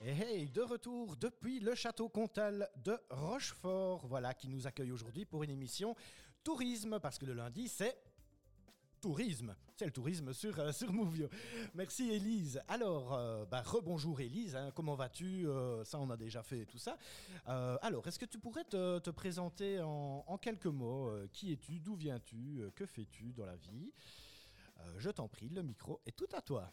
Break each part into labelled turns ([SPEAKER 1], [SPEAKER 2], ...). [SPEAKER 1] Et hey, de retour depuis le château comtal de Rochefort, voilà, qui nous accueille aujourd'hui pour une émission tourisme, parce que le lundi, c'est tourisme. C'est le tourisme sur, euh, sur Mouvio. Merci Élise. Alors, euh, bah, rebonjour Élise, hein, comment vas-tu Euh, Ça, on a déjà fait tout ça. Euh, alors, est-ce que tu pourrais te, te présenter en, en quelques mots Euh, Qui es-tu D'où viens-tu Euh, Que fais-tu dans la vie Euh, Je t'en prie, le micro est tout à toi.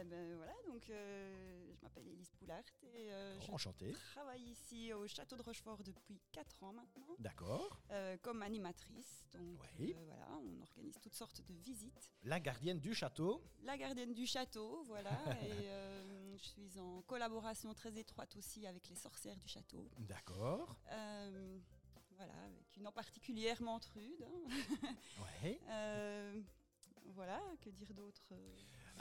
[SPEAKER 2] Eh ben, voilà, donc euh, je m'appelle Elise Poulart et euh, je
[SPEAKER 1] Enchanté.
[SPEAKER 2] travaille ici au château de Rochefort depuis 4 ans maintenant
[SPEAKER 1] D'accord.
[SPEAKER 2] euh, comme animatrice. Donc
[SPEAKER 1] Oui.
[SPEAKER 2] euh, voilà, on organise toutes sortes de visites.
[SPEAKER 1] La gardienne du château.
[SPEAKER 2] La gardienne du château, voilà, et euh, je suis en collaboration très étroite aussi avec les sorcières du château.
[SPEAKER 1] D'accord.
[SPEAKER 2] Euh, voilà, avec une en particulier Mantrude. hein.
[SPEAKER 1] Ouais.
[SPEAKER 2] Euh, voilà, que dire d'autre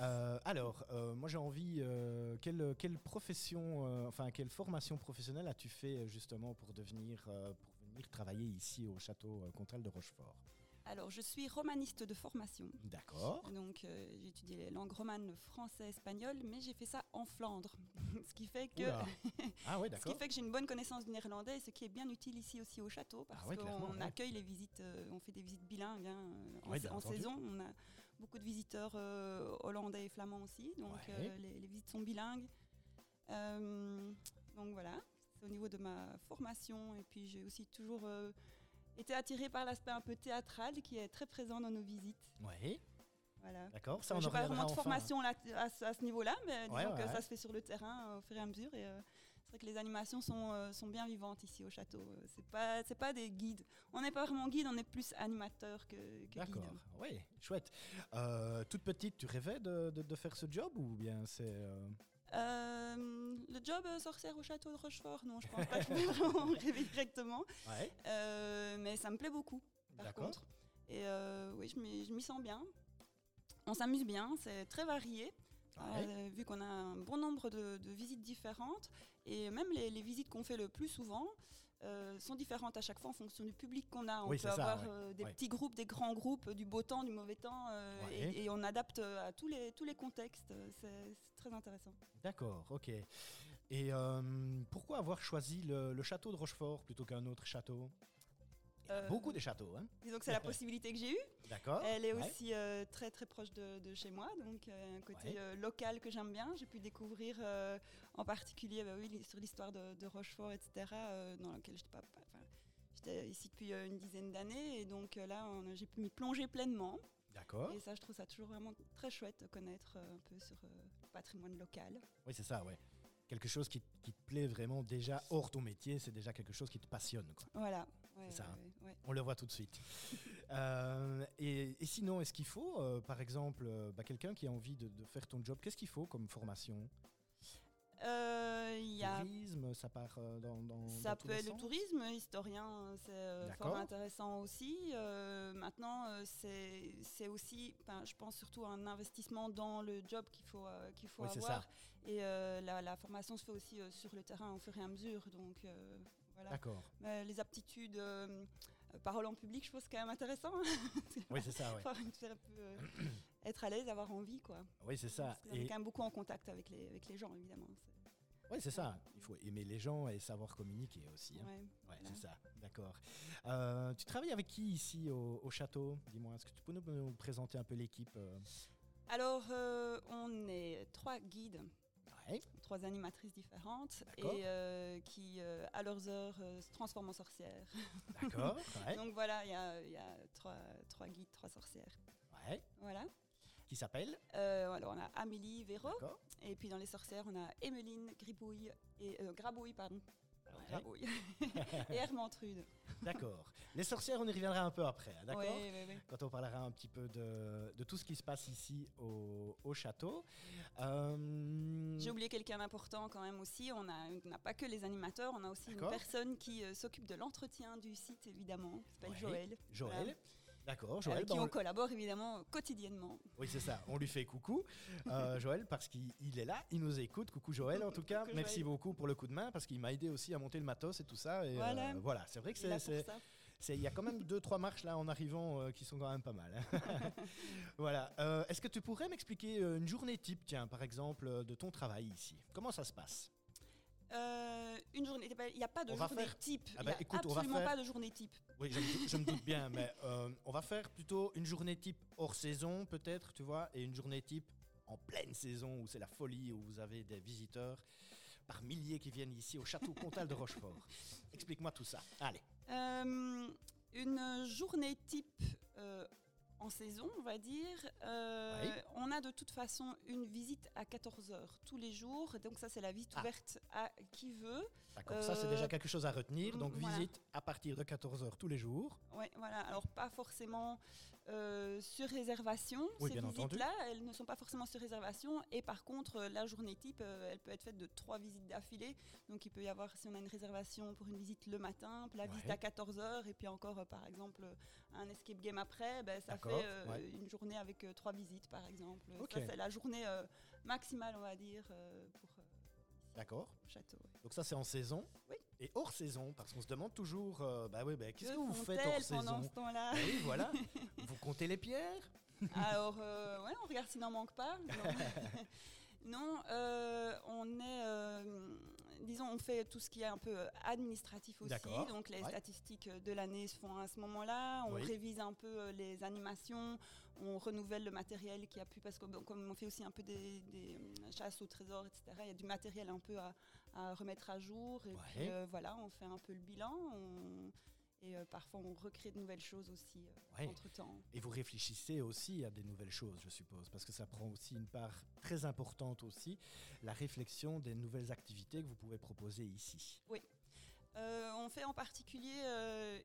[SPEAKER 1] Euh, alors, euh, moi j'ai envie, euh, quelle, quelle profession, euh, enfin quelle formation professionnelle as-tu fait euh, justement pour devenir, euh, pour venir travailler ici au château euh, Comtal de Rochefort
[SPEAKER 2] Alors, je suis romaniste de formation.
[SPEAKER 1] D'accord.
[SPEAKER 2] Donc euh, j'ai étudié les langues romanes, le français, espagnol, mais j'ai fait ça en Flandre, ce qui fait que
[SPEAKER 1] Oula. Ah ouais,
[SPEAKER 2] ce qui
[SPEAKER 1] d'accord.
[SPEAKER 2] fait que j'ai une bonne connaissance du néerlandais, ce qui est bien utile ici aussi au château parce
[SPEAKER 1] Ah ouais, clairement,
[SPEAKER 2] qu'on
[SPEAKER 1] ouais.
[SPEAKER 2] accueille les visites, euh, on fait des visites bilingues hein, en,
[SPEAKER 1] Ouais, bien
[SPEAKER 2] en
[SPEAKER 1] entendu.
[SPEAKER 2] saison, on a beaucoup de visiteurs euh, hollandais et flamands aussi, donc
[SPEAKER 1] Ouais.
[SPEAKER 2] euh, les, les visites sont bilingues. Euh, donc voilà, c'est au niveau de ma formation et puis j'ai aussi toujours euh, été attirée par l'aspect un peu théâtral qui est très présent dans nos visites.
[SPEAKER 1] Ouais,
[SPEAKER 2] Voilà.
[SPEAKER 1] d'accord. Ça on
[SPEAKER 2] J'ai
[SPEAKER 1] en
[SPEAKER 2] pas
[SPEAKER 1] reviendra
[SPEAKER 2] vraiment de
[SPEAKER 1] enfin.
[SPEAKER 2] formation là- à, ce- à ce niveau-là, mais disons
[SPEAKER 1] Ouais, ouais,
[SPEAKER 2] que
[SPEAKER 1] ouais.
[SPEAKER 2] ça se fait sur le terrain euh, au fur et à mesure. Et euh, c'est vrai que les animations sont, euh, sont bien vivantes ici au château. Euh, C'est pas c'est pas des guides. On n'est pas vraiment guide, on est plus animateur que, hein. que guide.
[SPEAKER 1] D'accord. Ouais, chouette. Euh, toute petite, tu rêvais de, de- de faire ce job ou bien c'est euh,
[SPEAKER 2] Euh, le job euh, sorcière au château de Rochefort, non, je pense pas que je vais vraiment rêver directement,
[SPEAKER 1] Ouais.
[SPEAKER 2] Euh, mais ça me plaît beaucoup. par
[SPEAKER 1] D'accord.
[SPEAKER 2] contre. Et euh, oui, je m'y je m'y sens bien. On s'amuse bien, c'est très varié.
[SPEAKER 1] Ah Ouais.
[SPEAKER 2] Euh, vu qu'on a un bon nombre de, de visites différentes, et même les, les visites qu'on fait le plus souvent euh, sont différentes à chaque fois en fonction du public qu'on a. On
[SPEAKER 1] Oui,
[SPEAKER 2] peut
[SPEAKER 1] c'est ça,
[SPEAKER 2] avoir
[SPEAKER 1] ouais.
[SPEAKER 2] euh, des
[SPEAKER 1] Ouais.
[SPEAKER 2] petits groupes, des grands groupes, du beau temps, du mauvais temps, euh,
[SPEAKER 1] Ouais.
[SPEAKER 2] et, et on adapte euh, à tous les, tous les contextes. Euh, C'est c'est très intéressant.
[SPEAKER 1] D'accord. Ok. Et euh, pourquoi avoir choisi le, le château de Rochefort plutôt qu'un autre château Il y a
[SPEAKER 2] Euh,
[SPEAKER 1] Beaucoup des châteaux, hein.
[SPEAKER 2] Disons que c'est la possibilité que j'ai eue.
[SPEAKER 1] D'accord.
[SPEAKER 2] Elle est
[SPEAKER 1] Oh, Ouais.
[SPEAKER 2] aussi euh, très très proche de, de chez moi, donc euh, un côté
[SPEAKER 1] Ouais.
[SPEAKER 2] euh, local que j'aime bien. J'ai pu découvrir euh, en particulier bah oui, li- sur l'histoire de, de Rochefort, etc., euh, dans laquelle j'étais pas. pas- enfin, J'étais ici depuis euh, une dizaine d'années et donc euh, là on- j'ai pu m'y plonger pleinement.
[SPEAKER 1] D'accord.
[SPEAKER 2] Et ça, je trouve ça toujours vraiment très chouette de connaître euh, un peu sur euh, le patrimoine local.
[SPEAKER 1] Oui, c'est ça, ouais. Quelque chose qui, qui te plaît vraiment déjà hors ton métier, c'est déjà quelque chose qui te passionne. Quoi.
[SPEAKER 2] Voilà. Ouais,
[SPEAKER 1] C'est ça, hein.
[SPEAKER 2] ouais, ouais.
[SPEAKER 1] On le voit tout de suite. Euh, et, et sinon, est-ce qu'il faut, euh, par exemple, euh, bah, quelqu'un qui a envie de, de faire ton job, qu'est-ce qu'il faut comme formation
[SPEAKER 2] Euh, Il y a
[SPEAKER 1] Tourisme, ça part euh, dans, dans-
[SPEAKER 2] Ça
[SPEAKER 1] dans tous
[SPEAKER 2] peut
[SPEAKER 1] les
[SPEAKER 2] être le
[SPEAKER 1] sens
[SPEAKER 2] tourisme, historien, c'est euh,
[SPEAKER 1] D'accord.
[SPEAKER 2] fort intéressant aussi. Euh, maintenant, euh, c'est c'est aussi, ben, je pense surtout à un investissement dans le job qu'il faut, euh, qu'il faut
[SPEAKER 1] Oui, c'est
[SPEAKER 2] avoir.
[SPEAKER 1] ça.
[SPEAKER 2] Et euh, la, la formation se fait aussi euh, sur le terrain au fur et à mesure. Donc euh, voilà.
[SPEAKER 1] D'accord.
[SPEAKER 2] Mais les aptitudes, euh, euh, parole en public, je pense c'est quand même intéressant.
[SPEAKER 1] Oui, c'est ça, ouais.
[SPEAKER 2] Faut avoir une- faire un peu, euh, être à l'aise, avoir envie, quoi.
[SPEAKER 1] Oui, c'est ça.
[SPEAKER 2] Parce qu'on est
[SPEAKER 1] Et,
[SPEAKER 2] quand même beaucoup en contact avec les, avec les gens, évidemment. C'est-
[SPEAKER 1] ouais, c'est ça. Il faut aimer les gens et savoir communiquer aussi. hein.
[SPEAKER 2] ouais.
[SPEAKER 1] Ouais,
[SPEAKER 2] voilà.
[SPEAKER 1] c'est ça. D'accord. Euh, tu travailles avec qui ici au, au château Dis-moi, est-ce que tu peux nous, nous présenter un peu l'équipe euh
[SPEAKER 2] Alors, euh, on est trois guides.
[SPEAKER 1] Ouais.
[SPEAKER 2] trois animatrices différentes et
[SPEAKER 1] D'accord.
[SPEAKER 2] euh, qui, euh, à leurs heures, euh, se transforment en sorcières.
[SPEAKER 1] D'accord. Ouais.
[SPEAKER 2] Donc voilà, il y a, il y a trois, trois guides, trois sorcières.
[SPEAKER 1] ouais.
[SPEAKER 2] Voilà.
[SPEAKER 1] Qui s'appelle
[SPEAKER 2] Euh, alors on a Amélie, Véro,
[SPEAKER 1] D'accord.
[SPEAKER 2] et puis dans les sorcières, on a Emmeline, Gribouille et euh, Grabouille, pardon.
[SPEAKER 1] Ouais.
[SPEAKER 2] Grabouille. et Hermantrude.
[SPEAKER 1] D'accord. Les sorcières, on y reviendra un peu après, hein, d'accord
[SPEAKER 2] Ouais, ouais, ouais.
[SPEAKER 1] Quand on parlera un petit peu de, de tout ce qui se passe ici au, au château. Euh,
[SPEAKER 2] J'ai oublié quelqu'un d'important quand même aussi. On a- on n'a pas que les animateurs, on a aussi une
[SPEAKER 1] D'accord.
[SPEAKER 2] personne qui euh, s'occupe de l'entretien du site, évidemment, qui s'appelle
[SPEAKER 1] Ouais.
[SPEAKER 2] Joël.
[SPEAKER 1] Joël.
[SPEAKER 2] Voilà.
[SPEAKER 1] D'accord, Joël.
[SPEAKER 2] Avec
[SPEAKER 1] bah,
[SPEAKER 2] qui
[SPEAKER 1] on-
[SPEAKER 2] on collabore évidemment quotidiennement.
[SPEAKER 1] Oui, c'est ça. On lui fait coucou, euh, Joël, parce qu'il il est là, il nous écoute. Coucou Joël, en tout cas.
[SPEAKER 2] Coucou
[SPEAKER 1] Merci
[SPEAKER 2] Joël.
[SPEAKER 1] beaucoup pour le coup de main, parce qu'il m'a aidé aussi à monter le matos et tout ça. Et,
[SPEAKER 2] Voilà.
[SPEAKER 1] voilà, c'est vrai que
[SPEAKER 2] Il est là
[SPEAKER 1] c'est-
[SPEAKER 2] pour
[SPEAKER 1] c'est
[SPEAKER 2] ça.
[SPEAKER 1] C'est- Il y a quand même deux, trois marches là en arrivant euh, qui sont quand même pas mal. hein. voilà. Euh, Est-ce que tu pourrais m'expliquer euh, une journée type, tiens, par exemple, euh, de ton travail ici Comment ça se passe
[SPEAKER 2] Euh, une journée, il n'y a pas de
[SPEAKER 1] On va
[SPEAKER 2] journée
[SPEAKER 1] faire-
[SPEAKER 2] type.
[SPEAKER 1] Ah
[SPEAKER 2] Il
[SPEAKER 1] bah,
[SPEAKER 2] y a
[SPEAKER 1] écoute, on va
[SPEAKER 2] absolument
[SPEAKER 1] faire-
[SPEAKER 2] pas de journée type.
[SPEAKER 1] Oui, je me, dou- je me doute bien, mais euh, on va faire plutôt une journée type hors saison, peut-être, tu vois, et une journée type en pleine saison où c'est la folie, où vous avez des visiteurs par milliers qui viennent ici au château comtal de Rochefort. Explique-moi tout ça. Allez.
[SPEAKER 2] Euh, une journée type euh, en saison, on va dire. Euh,
[SPEAKER 1] Oui.
[SPEAKER 2] On a de toute façon une visite à 14h tous les jours. Donc ça, c'est la visite
[SPEAKER 1] Ah.
[SPEAKER 2] ouverte à qui veut.
[SPEAKER 1] D'accord, ça c'est
[SPEAKER 2] Euh,
[SPEAKER 1] déjà quelque chose à retenir.
[SPEAKER 2] mm,
[SPEAKER 1] Donc
[SPEAKER 2] voilà.
[SPEAKER 1] visite à partir de 14h tous les jours.
[SPEAKER 2] Ouais, voilà. Alors pas forcément euh, sur réservation.
[SPEAKER 1] Oui,
[SPEAKER 2] Ces
[SPEAKER 1] bien entendu.
[SPEAKER 2] visites-là, elles ne sont pas forcément sur réservation. Et par contre, euh, la journée type, euh, elle peut être faite de trois visites d'affilée. Donc il peut y avoir, si on a une réservation pour une visite le matin, puis la visite
[SPEAKER 1] Ouais.
[SPEAKER 2] à 14h, et puis encore, euh, par exemple, euh, un escape game après, ben, ça fait
[SPEAKER 1] D'accord,
[SPEAKER 2] euh,
[SPEAKER 1] ouais.
[SPEAKER 2] une journée avec euh, trois visites, par exemple.
[SPEAKER 1] Ok.
[SPEAKER 2] Ça, c'est la journée euh, maximale, on va dire, euh, pour euh,
[SPEAKER 1] D'accord.
[SPEAKER 2] le château. ouais.
[SPEAKER 1] Donc ça c'est en saison.
[SPEAKER 2] Oui.
[SPEAKER 1] Et hors saison, parce qu'on se demande toujours, euh, bah oui, bah, qu'est-ce que
[SPEAKER 2] Que
[SPEAKER 1] vous faites hors
[SPEAKER 2] font-elles
[SPEAKER 1] saison
[SPEAKER 2] pendant ce temps-là
[SPEAKER 1] Bah oui, voilà. vous comptez les pierres
[SPEAKER 2] Alors, euh, ouais, on regarde s'il n'en manque pas. Non, Non, euh, on est, euh, disons, on fait tout ce qui est un peu euh, administratif aussi.
[SPEAKER 1] D'accord,
[SPEAKER 2] Donc, les
[SPEAKER 1] ouais.
[SPEAKER 2] statistiques euh, de l'année se font à ce moment-là. On
[SPEAKER 1] Oui.
[SPEAKER 2] révise un peu euh, les animations. On renouvelle le matériel qui a pu, parce que bon, comme on fait aussi un peu des, des, euh, chasses au trésor, etc., il y a du matériel un peu à, à remettre à jour. Et
[SPEAKER 1] Ouais.
[SPEAKER 2] puis, euh, voilà, on fait un peu le bilan. on- et euh, parfois, on recrée de nouvelles choses aussi euh,
[SPEAKER 1] Ouais.
[SPEAKER 2] entre temps.
[SPEAKER 1] Et vous réfléchissez aussi à des nouvelles choses, je suppose, parce que ça prend aussi une part très importante aussi, la réflexion des nouvelles activités que vous pouvez proposer ici.
[SPEAKER 2] Euh, on fait en particulier euh,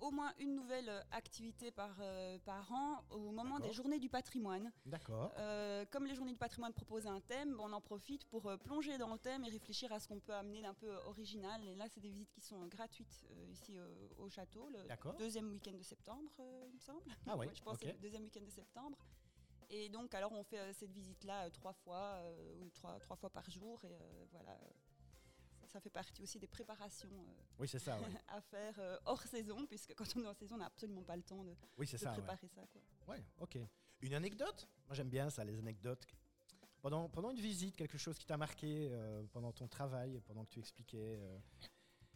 [SPEAKER 2] au moins une nouvelle euh, activité par, euh, par an au moment
[SPEAKER 1] D'accord.
[SPEAKER 2] des journées du patrimoine.
[SPEAKER 1] D'accord.
[SPEAKER 2] Euh, comme les journées du patrimoine proposent un thème, on en profite pour euh, plonger dans le thème et réfléchir à ce qu'on peut amener d'un peu euh, original. Et là, c'est des visites qui sont euh, gratuites euh, ici euh, au château, le
[SPEAKER 1] D'accord.
[SPEAKER 2] deuxième week-end de septembre, euh, il me semble.
[SPEAKER 1] Ah oui,
[SPEAKER 2] Ouais, je pense que
[SPEAKER 1] ok.
[SPEAKER 2] c'est le deuxième week-end de septembre. Et donc, alors, on fait euh, cette visite-là euh, trois fois, euh, ou trois, trois fois par jour. Et euh, voilà, euh, ça- ça fait partie aussi des préparations euh,
[SPEAKER 1] Oui, c'est ça. Oui,
[SPEAKER 2] à faire euh, hors saison, puisque quand on est en saison, on n'a absolument pas le temps de,
[SPEAKER 1] Oui, c'est
[SPEAKER 2] de
[SPEAKER 1] ça. ouais.
[SPEAKER 2] préparer ça. Quoi.
[SPEAKER 1] Ouais, ok. Une anecdote Moi j'aime bien ça, les anecdotes. Pendant, pendant une visite, quelque chose qui t'a marqué euh, pendant ton travail, pendant que tu expliquais, euh,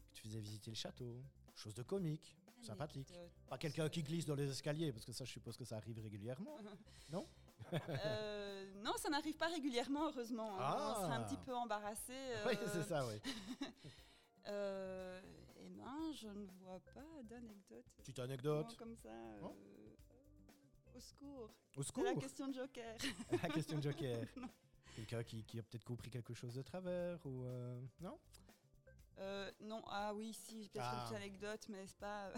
[SPEAKER 1] que tu faisais visiter le château. Chose de comique, sympathique.
[SPEAKER 2] Anecdote.
[SPEAKER 1] Pas quelqu'un qui glisse dans les escaliers, parce que ça je suppose que ça arrive régulièrement.
[SPEAKER 2] Euh, non, ça n'arrive pas régulièrement, heureusement. hein.
[SPEAKER 1] Ah.
[SPEAKER 2] On serait un petit peu embarrassé. euh,
[SPEAKER 1] Oui, c'est ça, oui.
[SPEAKER 2] euh, eh ben, je ne vois pas d'anecdote.
[SPEAKER 1] Petite anecdote.
[SPEAKER 2] Comme ça.
[SPEAKER 1] Non
[SPEAKER 2] euh, au secours.
[SPEAKER 1] Au
[SPEAKER 2] C'est
[SPEAKER 1] secours
[SPEAKER 2] la question de Joker.
[SPEAKER 1] La question de Joker. Quelqu'un qui, qui a peut-être compris quelque chose de travers ou euh, non
[SPEAKER 2] Euh, non, ah oui, si, j'ai peut-être
[SPEAKER 1] Ah.
[SPEAKER 2] une petite anecdote, mais c'est pas.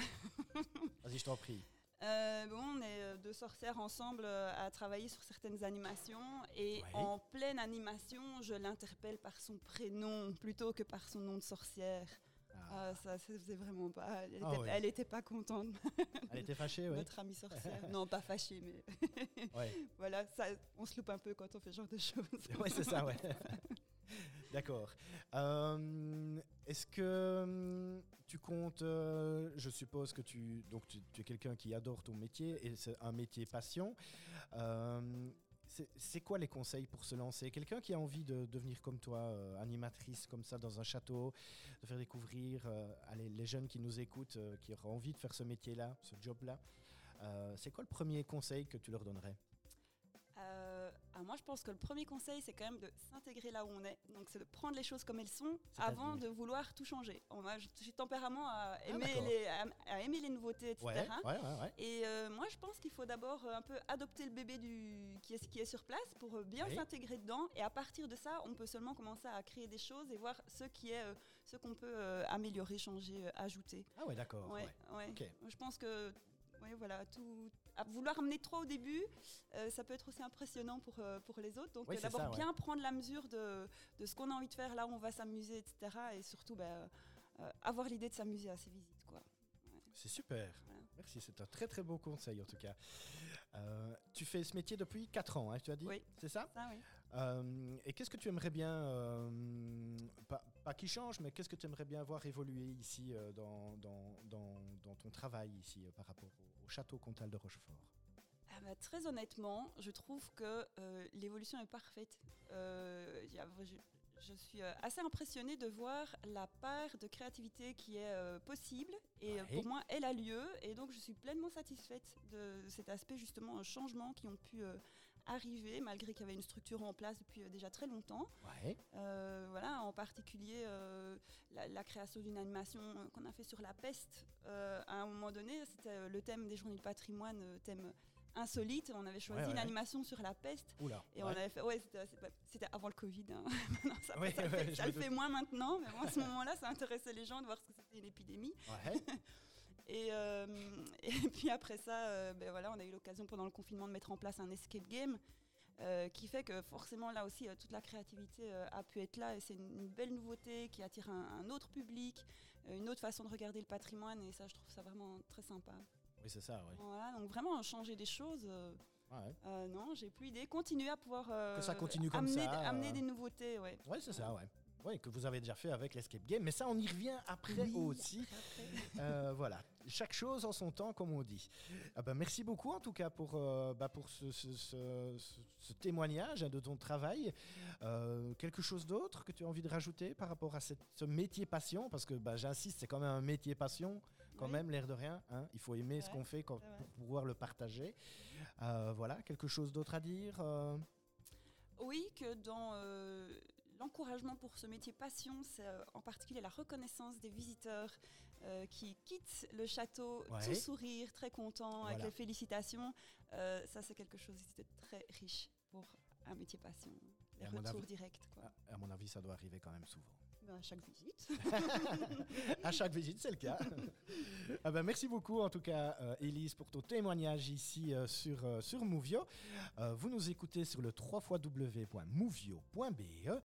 [SPEAKER 1] Vas-y, je t'en prie.
[SPEAKER 2] Euh, bon, on est euh, deux sorcières ensemble euh, à travailler sur certaines animations, et
[SPEAKER 1] Ouais.
[SPEAKER 2] en pleine animation, je l'interpelle par son prénom plutôt que par son nom de sorcière.
[SPEAKER 1] Ah,
[SPEAKER 2] Ah, ça, ça faisait vraiment pas. Elle
[SPEAKER 1] Ah
[SPEAKER 2] était,
[SPEAKER 1] ouais.
[SPEAKER 2] elle était pas contente,
[SPEAKER 1] Elle était fâchée, oui.
[SPEAKER 2] notre amie sorcière. non, pas fâchée, mais
[SPEAKER 1] Ouais,
[SPEAKER 2] voilà, ça, on se loupe un peu quand on fait ce genre de choses.
[SPEAKER 1] Ouais, c'est ça, ouais. D'accord. Euh, Est-ce que hum, tu comptes, euh, je suppose que tu, donc tu, tu es quelqu'un qui adore ton métier et c'est un métier passion. Euh, c'est- c'est quoi les conseils pour se lancer Quelqu'un qui a envie de devenir comme toi, euh, animatrice comme ça dans un château, de faire découvrir euh, allez, les jeunes qui nous écoutent, euh, qui auraient envie de faire ce métier-là, ce job-là, euh, c'est quoi le premier conseil que tu leur donnerais
[SPEAKER 2] Euh, ah, moi, je pense que le premier conseil, c'est quand même de s'intégrer là où on est. Donc, c'est de prendre les choses comme elles sont
[SPEAKER 1] C'est-à-dire
[SPEAKER 2] avant de vouloir tout changer. On a- je suis tempérament à aimer,
[SPEAKER 1] Ah, d'accord.
[SPEAKER 2] les, à, à aimer les nouveautés, etc.
[SPEAKER 1] Ouais, ouais, ouais, ouais.
[SPEAKER 2] Et euh, moi, je pense qu'il faut d'abord euh, un peu adopter le bébé du, qui, est, qui est sur place pour euh, bien
[SPEAKER 1] Oui.
[SPEAKER 2] s'intégrer dedans. Et à partir de ça, on peut seulement commencer à créer des choses et voir ce qui est, euh, ce qu'on peut euh, améliorer, changer, euh, ajouter.
[SPEAKER 1] Ah ouais, d'accord.
[SPEAKER 2] Ouais,
[SPEAKER 1] ouais.
[SPEAKER 2] ouais.
[SPEAKER 1] Ok.
[SPEAKER 2] Je pense que ouais, voilà, tout, à vouloir amener trop au début, euh, ça peut être aussi impressionnant pour, euh, pour les autres. Donc
[SPEAKER 1] Oui,
[SPEAKER 2] euh,
[SPEAKER 1] c'est
[SPEAKER 2] d'abord
[SPEAKER 1] ça, ouais.
[SPEAKER 2] bien prendre la mesure de, de ce qu'on a envie de faire, là où on va s'amuser, etc. Et surtout bah, euh, avoir l'idée de s'amuser à ces visites. Quoi.
[SPEAKER 1] C'est super.
[SPEAKER 2] Voilà.
[SPEAKER 1] Merci, c'est un très très beau conseil en tout cas. Euh, tu fais ce métier depuis 4 ans, hein, tu as dit
[SPEAKER 2] Oui.
[SPEAKER 1] C'est ça
[SPEAKER 2] Ça, oui.
[SPEAKER 1] Euh, et qu'est-ce que tu aimerais bien, euh, pas, pas qui change, mais qu'est-ce que tu aimerais bien voir évoluer ici euh, dans, dans, dans, dans ton travail ici euh, par rapport au, au château comtal de Rochefort
[SPEAKER 2] Ah bah, très honnêtement, je trouve que euh, l'évolution est parfaite. Euh, y a- je, je suis euh, assez impressionnée de voir la part de créativité qui est euh, possible et euh,
[SPEAKER 1] Ouais.
[SPEAKER 2] pour moi elle a lieu et donc je suis pleinement satisfaite de cet aspect justement euh, changement qui ont pu euh, arriver malgré qu'il y avait une structure en place depuis euh, déjà très longtemps.
[SPEAKER 1] Ouais.
[SPEAKER 2] Euh, voilà, en particulier euh, la, la création d'une animation euh, qu'on a fait sur la peste. Euh, à un moment donné, c'était euh, le thème des journées du patrimoine, euh, thème insolite. On avait choisi
[SPEAKER 1] Ouais, ouais,
[SPEAKER 2] une
[SPEAKER 1] ouais.
[SPEAKER 2] animation sur la peste
[SPEAKER 1] Oula.
[SPEAKER 2] et on
[SPEAKER 1] ouais.
[SPEAKER 2] avait fait. Ouais, c'était- c'était- c'était avant le Covid. hein. Maintenant, ça,
[SPEAKER 1] Ouais,
[SPEAKER 2] ça le
[SPEAKER 1] ouais,
[SPEAKER 2] fait-
[SPEAKER 1] je
[SPEAKER 2] ça
[SPEAKER 1] me
[SPEAKER 2] le fait moins maintenant, mais bon, à ce moment-là, ça intéressait les gens de voir ce que c'était une épidémie.
[SPEAKER 1] Ouais.
[SPEAKER 2] Et, euh, et puis après ça, euh, ben voilà, on a eu l'occasion pendant le confinement de mettre en place un escape game. euh, qui fait que forcément là aussi euh, toute la créativité euh, a pu être là et c'est une, une belle nouveauté qui attire un, un autre public, euh, une autre façon de regarder le patrimoine et ça je trouve ça vraiment très sympa.
[SPEAKER 1] Oui, c'est ça, oui.
[SPEAKER 2] Voilà, donc vraiment changer des choses, euh,
[SPEAKER 1] Ouais,
[SPEAKER 2] euh, non j'ai plus idée, continuer à pouvoir euh,
[SPEAKER 1] Que ça continue comme
[SPEAKER 2] amener,
[SPEAKER 1] ça,
[SPEAKER 2] amener
[SPEAKER 1] euh.
[SPEAKER 2] des nouveautés, ouais.
[SPEAKER 1] Ouais, c'est ça, ouais. Oui, que vous avez déjà fait avec l'escape game, mais ça, on y revient après
[SPEAKER 2] Oui,
[SPEAKER 1] aussi.
[SPEAKER 2] après,
[SPEAKER 1] Euh, voilà, chaque chose en son temps, comme on dit. Ah ben, merci beaucoup en tout cas pour, euh, bah, pour ce, ce- ce- ce- ce témoignage hein, de ton travail. Euh, quelque chose d'autre que tu as envie de rajouter par rapport à cette- ce métier passion Parce que bah, j'insiste, c'est quand même un métier passion, quand
[SPEAKER 2] oui.
[SPEAKER 1] même, l'air de rien. hein. Il faut aimer ce
[SPEAKER 2] Ouais,
[SPEAKER 1] qu'on fait quand-
[SPEAKER 2] c'est vrai.
[SPEAKER 1] pour pouvoir le partager. Euh, voilà, quelque chose d'autre à dire euh,
[SPEAKER 2] Oui, que dans euh, l'encouragement pour ce métier passion, c'est euh, en particulier la reconnaissance des visiteurs euh, qui quittent le château
[SPEAKER 1] Ouais.
[SPEAKER 2] tout sourire, très contents, avec
[SPEAKER 1] Voilà.
[SPEAKER 2] les félicitations. Euh, ça, c'est quelque chose de très riche pour un métier passion. Les
[SPEAKER 1] Et à mon
[SPEAKER 2] retours
[SPEAKER 1] avis- Ah.
[SPEAKER 2] directs, quoi.
[SPEAKER 1] à- à mon avis, ça doit arriver quand même souvent.
[SPEAKER 2] Ben, à chaque visite.
[SPEAKER 1] À chaque visite, c'est le cas. Ah ben, merci beaucoup, en tout cas, euh, Élise, pour ton témoignage ici euh, sur, euh, sur Mouvio. Euh, vous nous écoutez sur le www.mouvio.be.